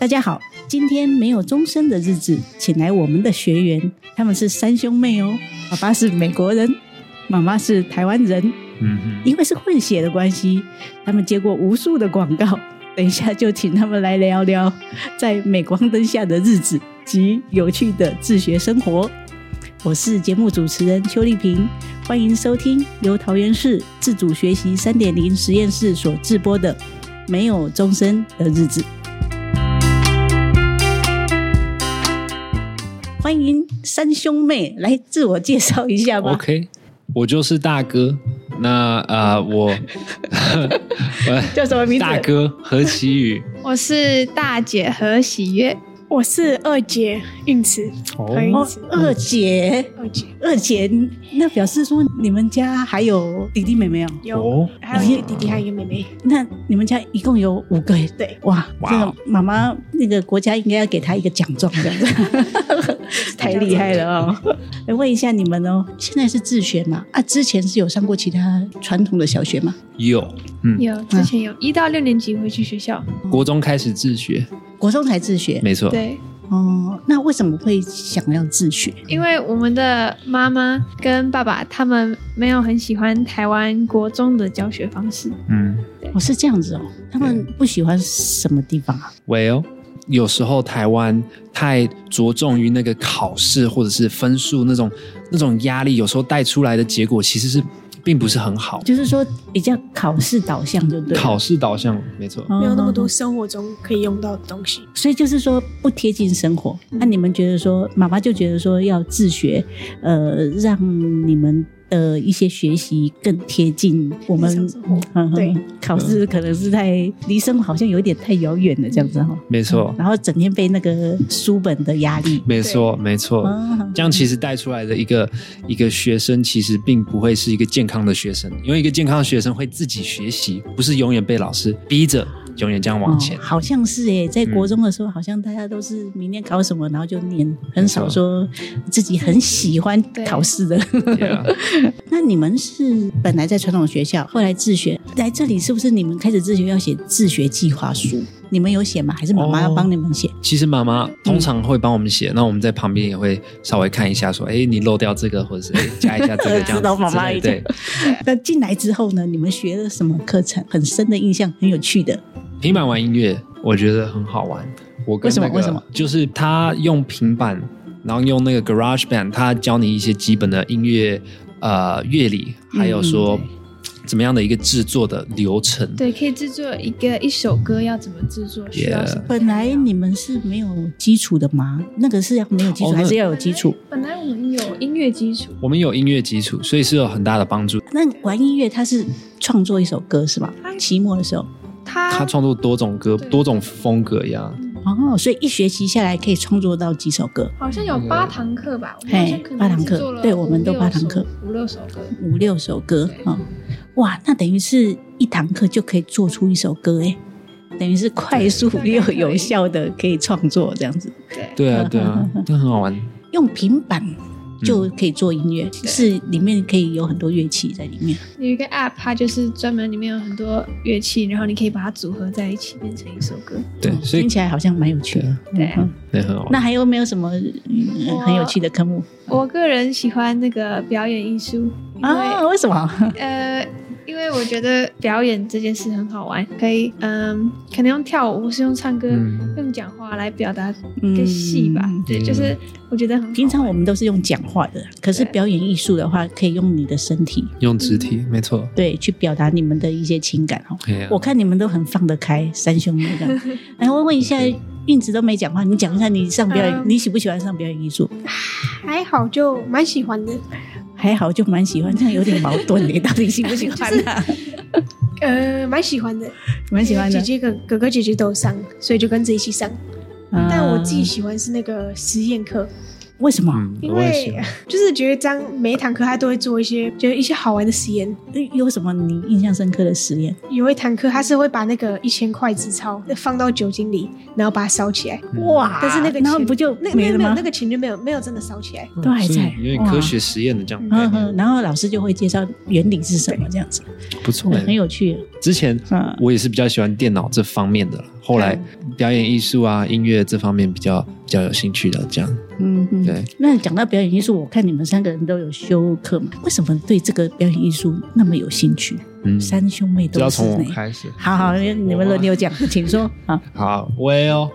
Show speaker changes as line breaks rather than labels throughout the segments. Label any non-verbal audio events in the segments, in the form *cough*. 大家好，今天没有钟声的日子，请来我们的学员，他们是三兄妹哦。爸爸是美国人，妈妈是台湾人。
嗯哼，
因为是混血的关系，他们接过无数的广告。 *laughs* 等一下就请他们来聊聊在镁光灯下的日子及有趣的自学生活。我是节目主持人邱丽萍，欢迎收听由桃园市自主学习三点零实验室所制播的《没有钟声的日子》。欢迎三兄妹来自我介绍一下吧。
OK，我就是大哥。那啊、呃我我
*laughs* 叫什么名字？
大哥何其宇。
我是大姐何喜悦，
我是二姐运慈，
哦
哎
哦，二姐，
二姐
二姐，那表示说你们家还有弟弟妹妹哦？
有、
哦
还有一个弟弟，还有一个妹妹。
那你们家一共有五个耶？
对，
哇，
哇
这个妈妈那个国家应该要给她一个奖状，这样
*laughs*
子太厉害了哦！来问一下你们哦，现在是自学嘛？啊，之前是有上过其他传统的小学吗？
有，嗯，
有之前有一到六年级回去学校，
哦
国中开始自学，
国中才自学
没错。
对，
哦，那为什么会想要自学？
因为我们的妈妈跟爸爸他们没有很喜欢台湾国中的教学方式，
嗯
哦，是这样子哦，他们不喜欢什么地方啊？
，Well，有时候台湾太着重于那个考试或者是分数那种那种压力，有时候带出来的结果其实是并不是很好，
就是说比较考试导向，对不对？
考试导向，没错。
哦
没有那么多生活中可以用到的东西。
所以就是说不贴近生活。那、
嗯
你们觉得说，妈妈就觉得说要自学，呃，让你们的一些学习更贴近我们
日常生活，
嗯哼
对
考试可能是太离生活好像有点太遥远了这样子哈、
没错，
然后整天被那个书本的压力，
没错，没错。
嗯，
这样其实带出来的一个一个学生，其实并不会是一个健康的学生，因为一个健康的学生会自己学习，不是永远被老师逼着，永远这样往前
哦。
嗯
好像是诶，在国中的时候，好像大家都是明天考什么，然后就念，很少
没错
说自己很喜欢
对
考试的。
Yeah
那你们是本来在传统学校，后来自学，来这里是不是你们开始自学要写自学计划书？你们有写吗？还是妈妈要帮你们写？
其实妈妈通常会帮我们写，那我们在旁边也会稍微看一下，说，哎，你漏掉这个，或者是哎加一下这个，这样
*laughs* 知道妈
子
妈
之类
已
的。
经
对，
那进来之后呢？你们学了什么课程？很深的印象，很有趣的。
平板玩音乐，我觉得很好玩。我跟
为什么
那个
为什么
就是他用平板，然后用那个 Garage Band，他教你一些基本的音乐呃乐理，还有说
嗯
怎么样的一个制作的流程。
对，可以制作一个一首歌要怎么制作，需要什么
Yeah
本来你们是没有基础的吗？那个是要没有基础，
哦那
还是要有基础？
本来我们有音乐基础，
我们有音乐基础，所以是有很大的帮助。
那玩音乐它是创作一首歌是吧？期末的时候
他
他
创作多种歌、
对
多种风格呀。
哦，所以一学期下来可以创作到几首歌？
好像有八堂课吧，我们
嘿
好像可能
八堂课
制作了
对我们都
五六
八堂课
首五六首歌，
五六首歌
对
啊、哦哇，那等于是一堂课就可以做出一首歌哎，等于是快速
对
又有效的可以创作这样子，
对，
对啊，对啊，
嗯
那很好玩。
用平板就可以做音乐，是里面可以有很多乐器在里面。
有一个 app，它就是专门里面有很多乐器，然后你可以把它组合在一起变成一首歌。
对
哦，
所以
听起来好像蛮有趣的。
对
嗯哼
对很好玩。
那还有没有什么、嗯
我
很有趣的科目
我个人喜欢那个表演艺术，因为、
啊？为什么？
呃，因为我觉得表演这件事很好玩，可以嗯，可能用跳舞，或是用唱歌，
嗯
用讲话来表达
嗯
一个戏吧。对，
嗯
就是我觉得很好玩
平常我们都是用讲话的，可是
对
表演艺术的话，可以用你的身体
用肢体，没错。
对去表达你们的一些情感哦。
对啊
我看你们都很放得开，三兄妹这
*laughs*
样。来，我问一下，韵子都没讲话，你讲一下你上表演，
嗯
你喜不喜欢上表演艺术？
还好，就蛮喜欢的。
还好，就蛮喜欢，这样有点矛盾你到底喜不喜欢
*laughs*
啊？
呃，蛮喜欢的，
蛮喜欢的
姐。姐哥哥哥姐姐都有上，所以就跟着一起上。
啊
但我自己喜欢是那个实验课，
为什么？
嗯，
因
我也喜
为
欢。
就是觉得这样每一堂课他都会做一些就是一些好玩的实验。
有什么你印象深刻的实验？
有一堂课他是会把那个一千块纸钞放到酒精里，然后把它烧起来，
哇
嗯但是那个
啊然后
钱
不就
那
没
没
了
有没有
吗？
那个钱就没有没有真的烧起来。
都还
所以
在
有点
哇
科学实验的这样的概
嗯
念，
哼，然后老师就会介绍原理是什么，这样子
不错、欸，
哎很有趣。
之前
嗯
我也是比较喜欢电脑这方面的啦，后来表演艺术啊、音乐这方面比较比较有兴趣的，这样
嗯嗯，
对。
那讲到表演艺术，我看你们三个人都有修课嘛，为什么对这个表演艺术那么有兴趣？
嗯，
三兄妹
就
都
要
是
从
呢
我。开始。
好好，你们轮流讲，请说啊。
好，Well，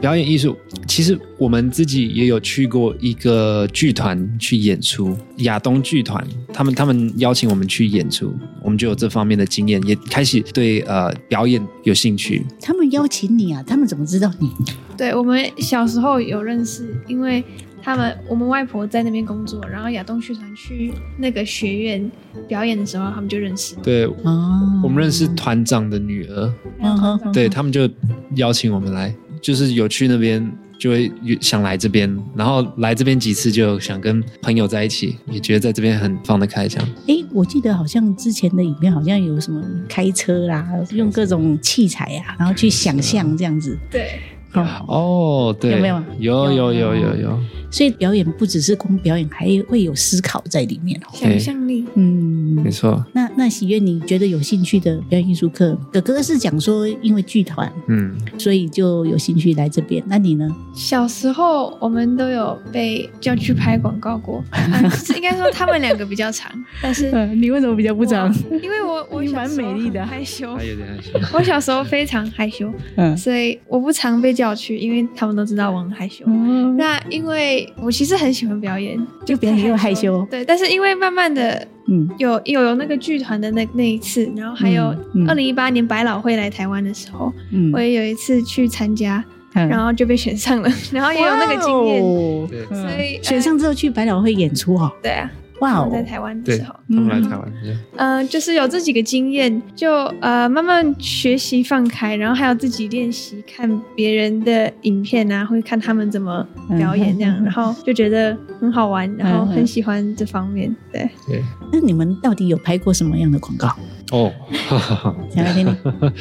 表演艺术其实我们自己也有去过一个剧团去演出，亚东剧团，他们他们邀请我们去演出，我们就有这方面的经验，也开始对呃表演有兴趣。
他们邀请你啊，他们怎么知道你？
对我们小时候有认识，因为他们我们外婆在那边工作，然后亚东剧团去那个学院表演的时候，他们就认识。
对
哦，
我们认识团长的女儿，
嗯哼，嗯
对，他们就邀请我们来，就是有去那边就会有想来这边，然后来这边几次就想跟朋友在一起，也觉得在这边很放得开，这样。
诶，哎我记得好像之前的影片好像有什么开车啦，用各种器材啊，然后去想象这样子。
对，
哦，
哦，对，
有没有
有有有有有，
所以表演不只是光表演，还会有思考在里面哦。
想象力。
嗯
没，错，
那那喜悦，你觉得有兴趣的表演艺术课，哥哥是讲说因为剧团，
嗯，
所以就有兴趣来这边。那你呢？
小时候我们都有被叫去拍广告过，
*laughs*
啊就是应该说他们两个比较长，但是
嗯，你为什么比较不长？
我因为我我
你
小
蛮
时候
美丽的
很害羞
还。有点害羞。
我小时候非常害羞，
嗯
所以我不常被叫去，因为他们都知道我很害羞。
嗯，
那因为我其实很喜欢表演，
就表演又害羞。
对，但是因为慢慢的
嗯
有有有那个剧团的那那一次，然后还有
嗯嗯
二零一八年百老汇来台湾的时候，
嗯
我也有一次去参加，
嗯
然后就被选上了， *laughs* 然后也有那个经验。
哇哦
对
嗯
所以呃
选上之后去百老汇演出哦，
对啊，
哇
我
哦，
在台湾的
对，
时候
他，们来台湾，
嗯、就是有这几个经验，就呃慢慢学习放开，然后还有自己练习看别人的影片啊，会看他们怎么表演这样，然后就觉得很好玩，然后很喜欢这方面。对，
对，
那你们到底有拍过什么样的广告？
哦，哈哈哈
*laughs* 讲来听听。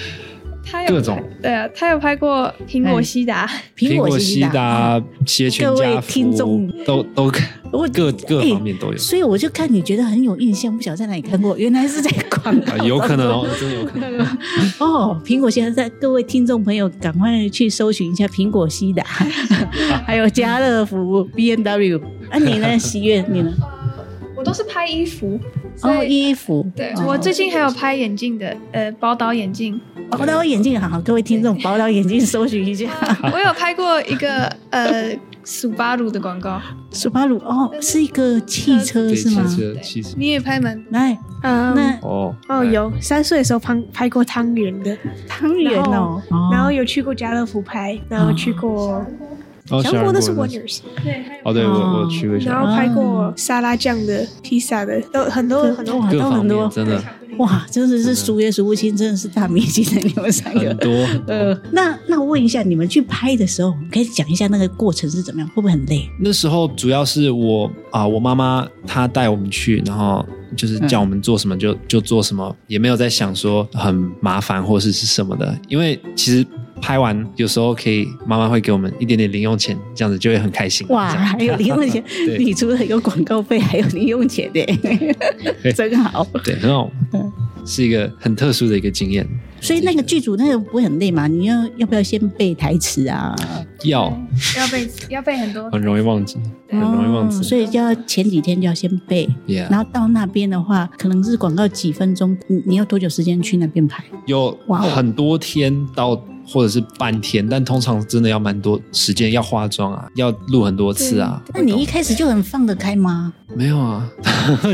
他有
各
拍
种
对啊，他有拍过苹果西达，
哎
苹果
西
西达、鞋全
各
家
位
福
听众
*laughs* 都都
我
各各
哎
方面都有，
所以我就看你觉得很有印象，不晓得在哪里看过，原来是在广 *laughs* 告、
啊有可能哦，真的有可能。
哦。苹果现在在各位听众朋友，赶快去搜寻一下苹果西 *laughs* 达，还有家乐福、B N W。啊，你 *laughs* 呢？喜悦，你呢？
呃我都是拍衣服，所
哦，
以、
衣服。
对、
哦
我最近还有拍眼镜的，呃，宝岛眼镜，
宝岛眼镜，好好，各位听众，宝岛眼镜搜寻一下。
我有拍过一个呃苏巴鲁的广告，
苏巴鲁哦，是一个汽车
对，
是
其
吗？
实其实
你也拍蛮多。
来，
嗯，
那
哦
哦，有三岁的时候拍拍过汤圆的，
汤圆哦，
然后
哦
有去过家乐福拍，然后去过
哦
全
小
国
人
的是
国
Winners，
对，还有
哦，对
哦
我我去过小
然
人
后
国，
拍过沙拉酱的、披萨的，都很多很多
哇，啊都
各方
很
面
多，
真的
哇，真的
嗯
是数也数不清，真的是大明星的你们三
很
个。
多
*laughs*
很多。
呃，那那我问一下，你们去拍的时候，可以讲一下那个过程是怎么样？会不会很累？
那时候主要是我啊、我妈妈她带我们去，然后就是叫我们做什么
嗯
就、就做什么，也没有在想说很麻烦或是是什么的，因为其实拍完有时候可以，妈妈会给我们一点点零用钱，这样子就会很开心。
哇，
这样
还有零用钱
*laughs* 对，
你除了有广告费，还有零用
*laughs*
钱的，真好。
对，很好
嗯，
是一个很特殊的一个经验。
所以那个剧组那个不会很累吗？你要要不要先背台词啊？
要
要背要背很多
很容易忘记，很容易忘嗯记。
哦所以就要前几天就要先背。
Yeah
然后到那边的话，可能是广告几分钟，你你要多久时间去那边拍？
有
哇哦
很多天到或者是半天，但通常真的要蛮多时间，要化妆啊，要录很多次啊。
那你一开始就很放得开吗？
没有啊， *laughs*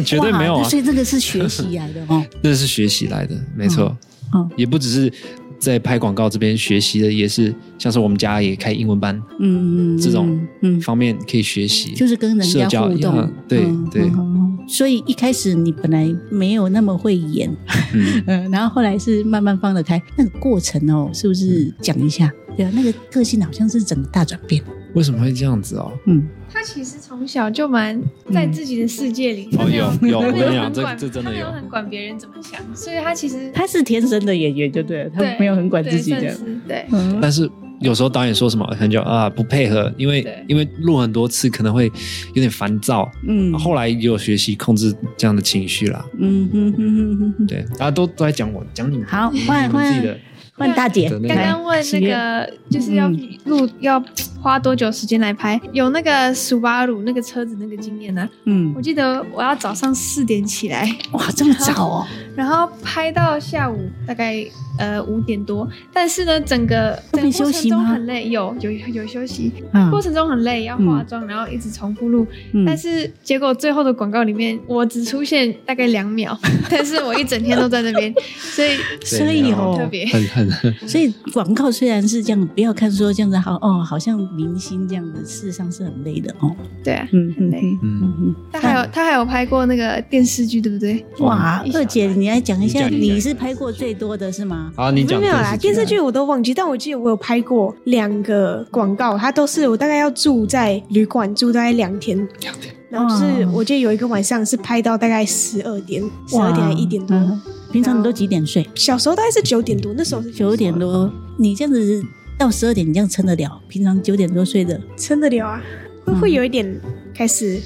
绝对没有
哇
啊
所，以这个是学习来的
*laughs*
哦。
那是学习来的，没错。
嗯嗯
也不只是在拍广告这边学习的，也是像是我们家也开英文班
嗯，嗯
这种
嗯，
方面可以学习，
就是跟人
社
家
交
互
一样
动。
对
嗯
对
嗯嗯嗯所以一开始你本来没有那么会演， *laughs*
嗯，
嗯，然后后来是慢慢放得开。那个过程哦，是不是讲一下？对啊，那个个性好像是整个大转变。
为什么会这样子哦？
嗯，
他其实从小就蛮在自己的世界里，他
哦，
没有
有有，我
他没有
跟你讲，
很
这
管
这真的
他没
有
有。很管别人怎么想，所以他其实
他是天生的演员就对了，他
对
没有很管自己
对
的
算。是对
嗯，
但是有时候导演说什么，可能就啊不配合，因为
对
因为录很多次可能会有点烦躁。
嗯
后来也有学习控制这样的情绪啦。
嗯哼哼哼哼哼，
对，大家都都在讲我，讲你们，
好
你
换
们自
换
己的。
换大姐，
刚
刚
来
刚问那
十月
个就是要
嗯
录要花多久时间来拍，有那个苏巴鲁那个车子那个经验呢、啊
嗯
我，记得我要早上四点起来，
哇，这么早哦，
然后拍到下午大概呃五点多，但是呢，整个
都
整
没
个
哦休
过
息
程
吗
中很累，有有有休息，
嗯
过程中很累，要化妆，然后一直重复录，
嗯
但是结果最后的广告里面我只出现大概两
*laughs*
秒，但是我一整天都在那边，所以
所以
然后
哦
特，别
很很
所以广告虽然是这样，不要看说这样子好哦，好像明星这样子，事实上是很累的哦。
对啊。
嗯
很累
嗯
他还有他还有拍过那个电视剧，对不对？
嗯， *laughs* 哇，
一小
二姐，你来讲一下，
你讲你讲啊
你是拍过最多的是吗？
好，你讲
没有啦，
电
电
视
视
剧
剧我都忘记，但我记得我有拍过两个广告，它都是我大概要住在旅馆住大概两天，
两天
然后就是
哇
我记得有一个晚上是拍到大概十二点，十二点还一点多。
嗯平常你都几点睡？
小时候大概是九点多，那时候是
九点多，你这样子到十二点，你这样撑得了？平常九点多睡的，
撑得了啊，会
嗯
会有一点开始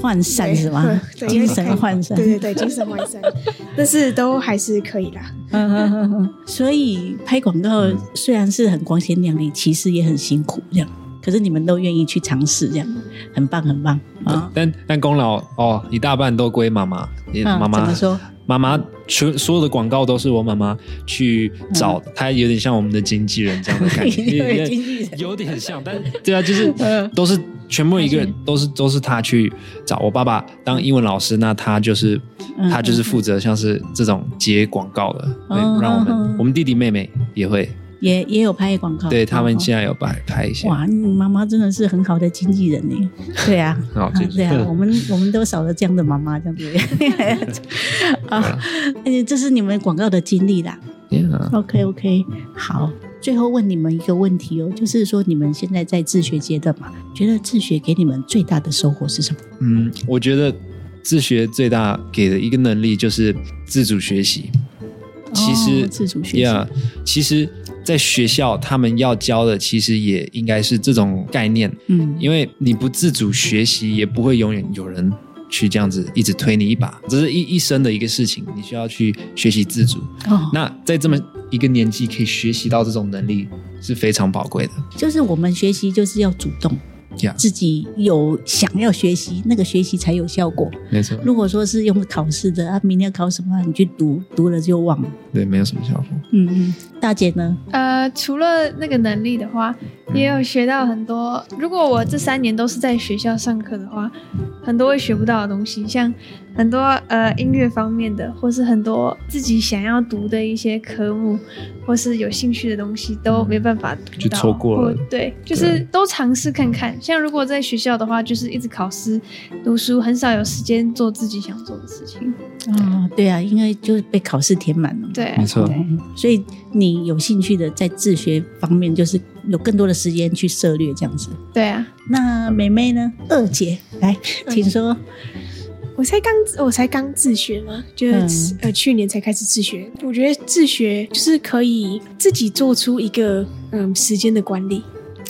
涣散是吧？
对
精神涣散
对对对，精 *laughs* 神涣散，但是都还是可以啦。
嗯嗯嗯嗯 *laughs* 所以拍广告虽然是很光鲜亮丽，其实也很辛苦，这样。可是你们都愿意去尝试，这样很棒，很棒啊！
但但功劳哦，一大半都归妈妈，你
嗯
妈
怎
妈
么说？
妈妈所所有的广告都是我妈妈去找的，她有点像我们的经纪人这样的感觉，
嗯 *laughs* 你有点
有
经纪人
点有点像，但对啊，就是
嗯
都是全部一个人，都是都是她去找。我爸爸当英文老师，那他就是
嗯
他就是负责像是这种接广告的，对
嗯
让
嗯
我们
嗯
我们弟弟妹妹也会，
也也有拍广告，
对他
哦
们
哦
现在有拍拍一些，
哇，你妈妈真的是很好的经纪人
*laughs*
呢。对啊，
很好
啊
经纪
对啊
人，
我们我们都少了这样的妈妈，这样
*laughs*
子。 *laughs* 啊，而且这是你们广告的经历啦。
Yeah
OK OK，好。最后问你们一个问题哦，就是说你们现在在自学阶段嘛，觉得自学给你们最大的收获是什么？
嗯，我觉得自学最大给的一个能力就是自主学习。其实、
哦自主学习
yeah, 其实，在学校他们要教的，其实也应该是这种概念，
嗯，
因为你不自主学习，也不会永远有人去这样子一直推你一把，这是一一生的一个事情，你需要去学习自主。
哦，
那在这么一个年纪，可以学习到这种能力是非常宝贵的。
就是我们学习就是要主动，
Yeah，
自己有想要学习，那个学习才有效果。
没错，
如果说是用考试的啊，明天要考什么啊，你去读，读了就忘了。
对，没有什么效果。
嗯嗯，大姐呢？
呃，除了那个能力的话，也
嗯
有学到很多。如果我这三年都是在学校上课的话，很多会学不到的东西，像很多呃音乐方面的，或是很多自己想要读的一些科目，或是有兴趣的东西都没办法读
就
到，
错过了
或对，就是
对
都尝试看看。像如果在学校的话，就是一直考试、读书，很少有时间做自己想做的事情。
哦，对啊，因为就是被考试填满了。嘛。嗯
对，啊
没错
对
所以你有兴趣的在自学方面，就是有更多的时间去涉略这样子。
对啊，
那妹妹呢？二姐来，请说。
我才刚我才刚自学嘛，就是、
嗯
呃去年才开始自学。我觉得自学就是可以自己做出一个嗯时间的管理，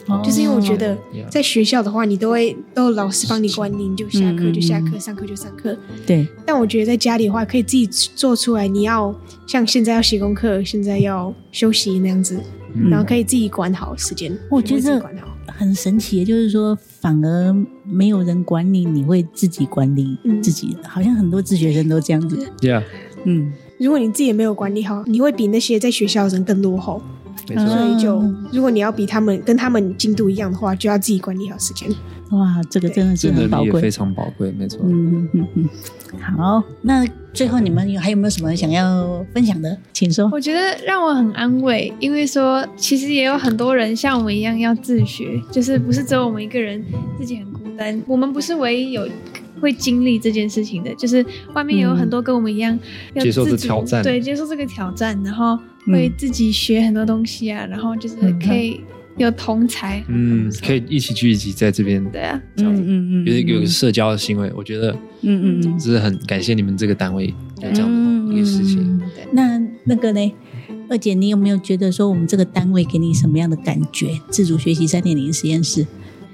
哦
就是因为我觉得
Yeah
在学校的话，你都会都有老师帮你管理，你就下课就下课，上课就上课。
对，
但我觉得在家里的话，可以自己做出来。你要像现在要写功课，现在要休息那样子，
嗯
然后可以自己管好时间。
我觉
会自己
得
管好，
很神奇，就是说反而没有人管你，你会自己管理
嗯
自己，好像很多自学生都这样子。
，Yeah，
嗯，
如果你自己也没有管理好，你会比那些在学校的人更落后。
没错。
所以就
嗯
如果你要比他们跟他们进度一样的话，就要自己管理好时间。
哇，这个真的是
这
很
能
嗯宝
力也
贵
非。常宝贵，没错。
嗯嗯嗯嗯，好，那最后你们有还有没有什么想要分享的？请说。
*laughs*
我觉得让我很安慰，因为说其实也有很多人像我们一样要自学，就是不是只有我们一个人自己很孤单，我们不是唯一有会经历这件事情的，就是外面也有很多跟我们一样要
接受
自
这
主
挑战嗯
对，接受这个挑战，然后会自己学很多东西啊，然后就是可以有同才，
嗯，可以一起聚一起在这边，
对啊，
这样子
嗯
有一个有个社交的行为，我觉得
嗯嗯嗯
真是很感谢你们这个单位有这样
嗯
的一个事情。
嗯那那个呢？二姐，你有没有觉得说我们这个单位给你什么样的感觉？自主学习三点零实验室。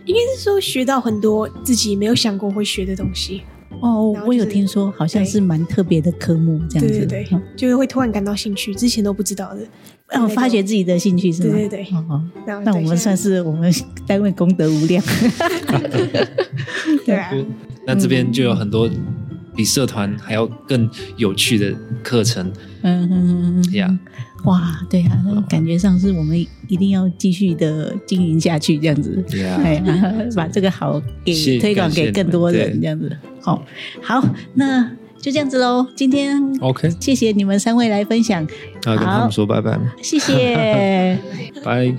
应该是说学到很多自己没有想过会学的东西，
哦，
然后就是
我有听说，好像是蛮特别的科目这样
对
子。
对对
嗯，
就是会突然感到兴趣，之前都不知道的。
让我哦发掘自己的兴趣是吗？
对对对
哦哦
然后
那我们
对现
算
在
是我们单位功德无量。
对啊，
那这
嗯
边就有很多比社团还要更有趣的课程，
嗯嗯嗯嗯
呀。
哇，对啊，那感觉上是我们一定要继续的经营下去，这样子。
对
*laughs*
呀
哎，
*laughs*
把这个好给
谢
推广
感谢
给更多
你
人，
们对
这样子。好，好，那就这样子喽。今天
OK，
谢谢你们三位来分享， *laughs*
*laughs* 那跟他们说拜拜吗？
谢谢。
拜。